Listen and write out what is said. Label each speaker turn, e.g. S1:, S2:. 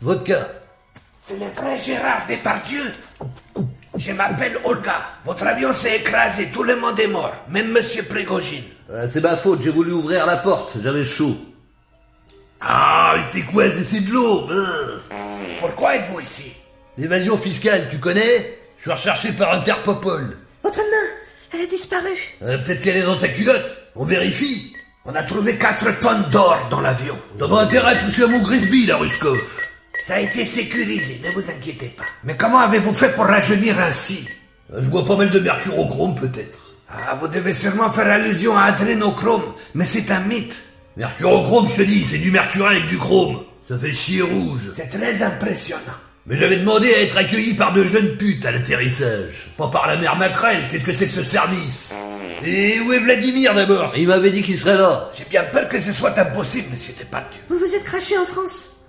S1: Vodka.
S2: C'est le vrai Gérard Depardieu. Je m'appelle Olga. Votre avion s'est écrasé, tout le monde est mort, même Monsieur Prégogine.
S1: Euh, c'est ma faute, j'ai voulu ouvrir la porte, j'avais chaud.
S2: Ah, mais c'est quoi
S1: c'est- euh. c'est de l'eau brr.
S2: Pourquoi êtes-vous ici
S1: L'évasion fiscale, tu connais Je suis recherché par Interpopol.
S3: Votre main, elle a disparu.
S1: Euh, Peut-être qu'elle est dans ta culotte. On vérifie.
S2: On a trouvé 4 tonnes d'or dans l'avion.
S1: T'as pas intérêt à toucher à mon Grisby, la Ruskov.
S2: Ça a été sécurisé, ne vous inquiétez pas. Mais comment avez-vous fait pour rajeunir ainsi
S1: Euh, Je bois pas mal de mercurochrome, peut-être.
S2: Ah, vous devez sûrement faire allusion à adrénochrome, mais c'est un mythe.
S1: Mercurochrome, je te dis, c'est du mercurin avec du chrome. Ça fait chier rouge.
S2: C'est très impressionnant.
S1: Mais j'avais demandé à être accueilli par de jeunes putes à l'atterrissage. Pas par la mère Macrel, qu'est-ce que c'est que ce service Et où est Vladimir d'abord Il m'avait dit qu'il serait là.
S2: J'ai bien peur que ce soit impossible, monsieur Depardieu.
S3: Vous vous êtes craché en France.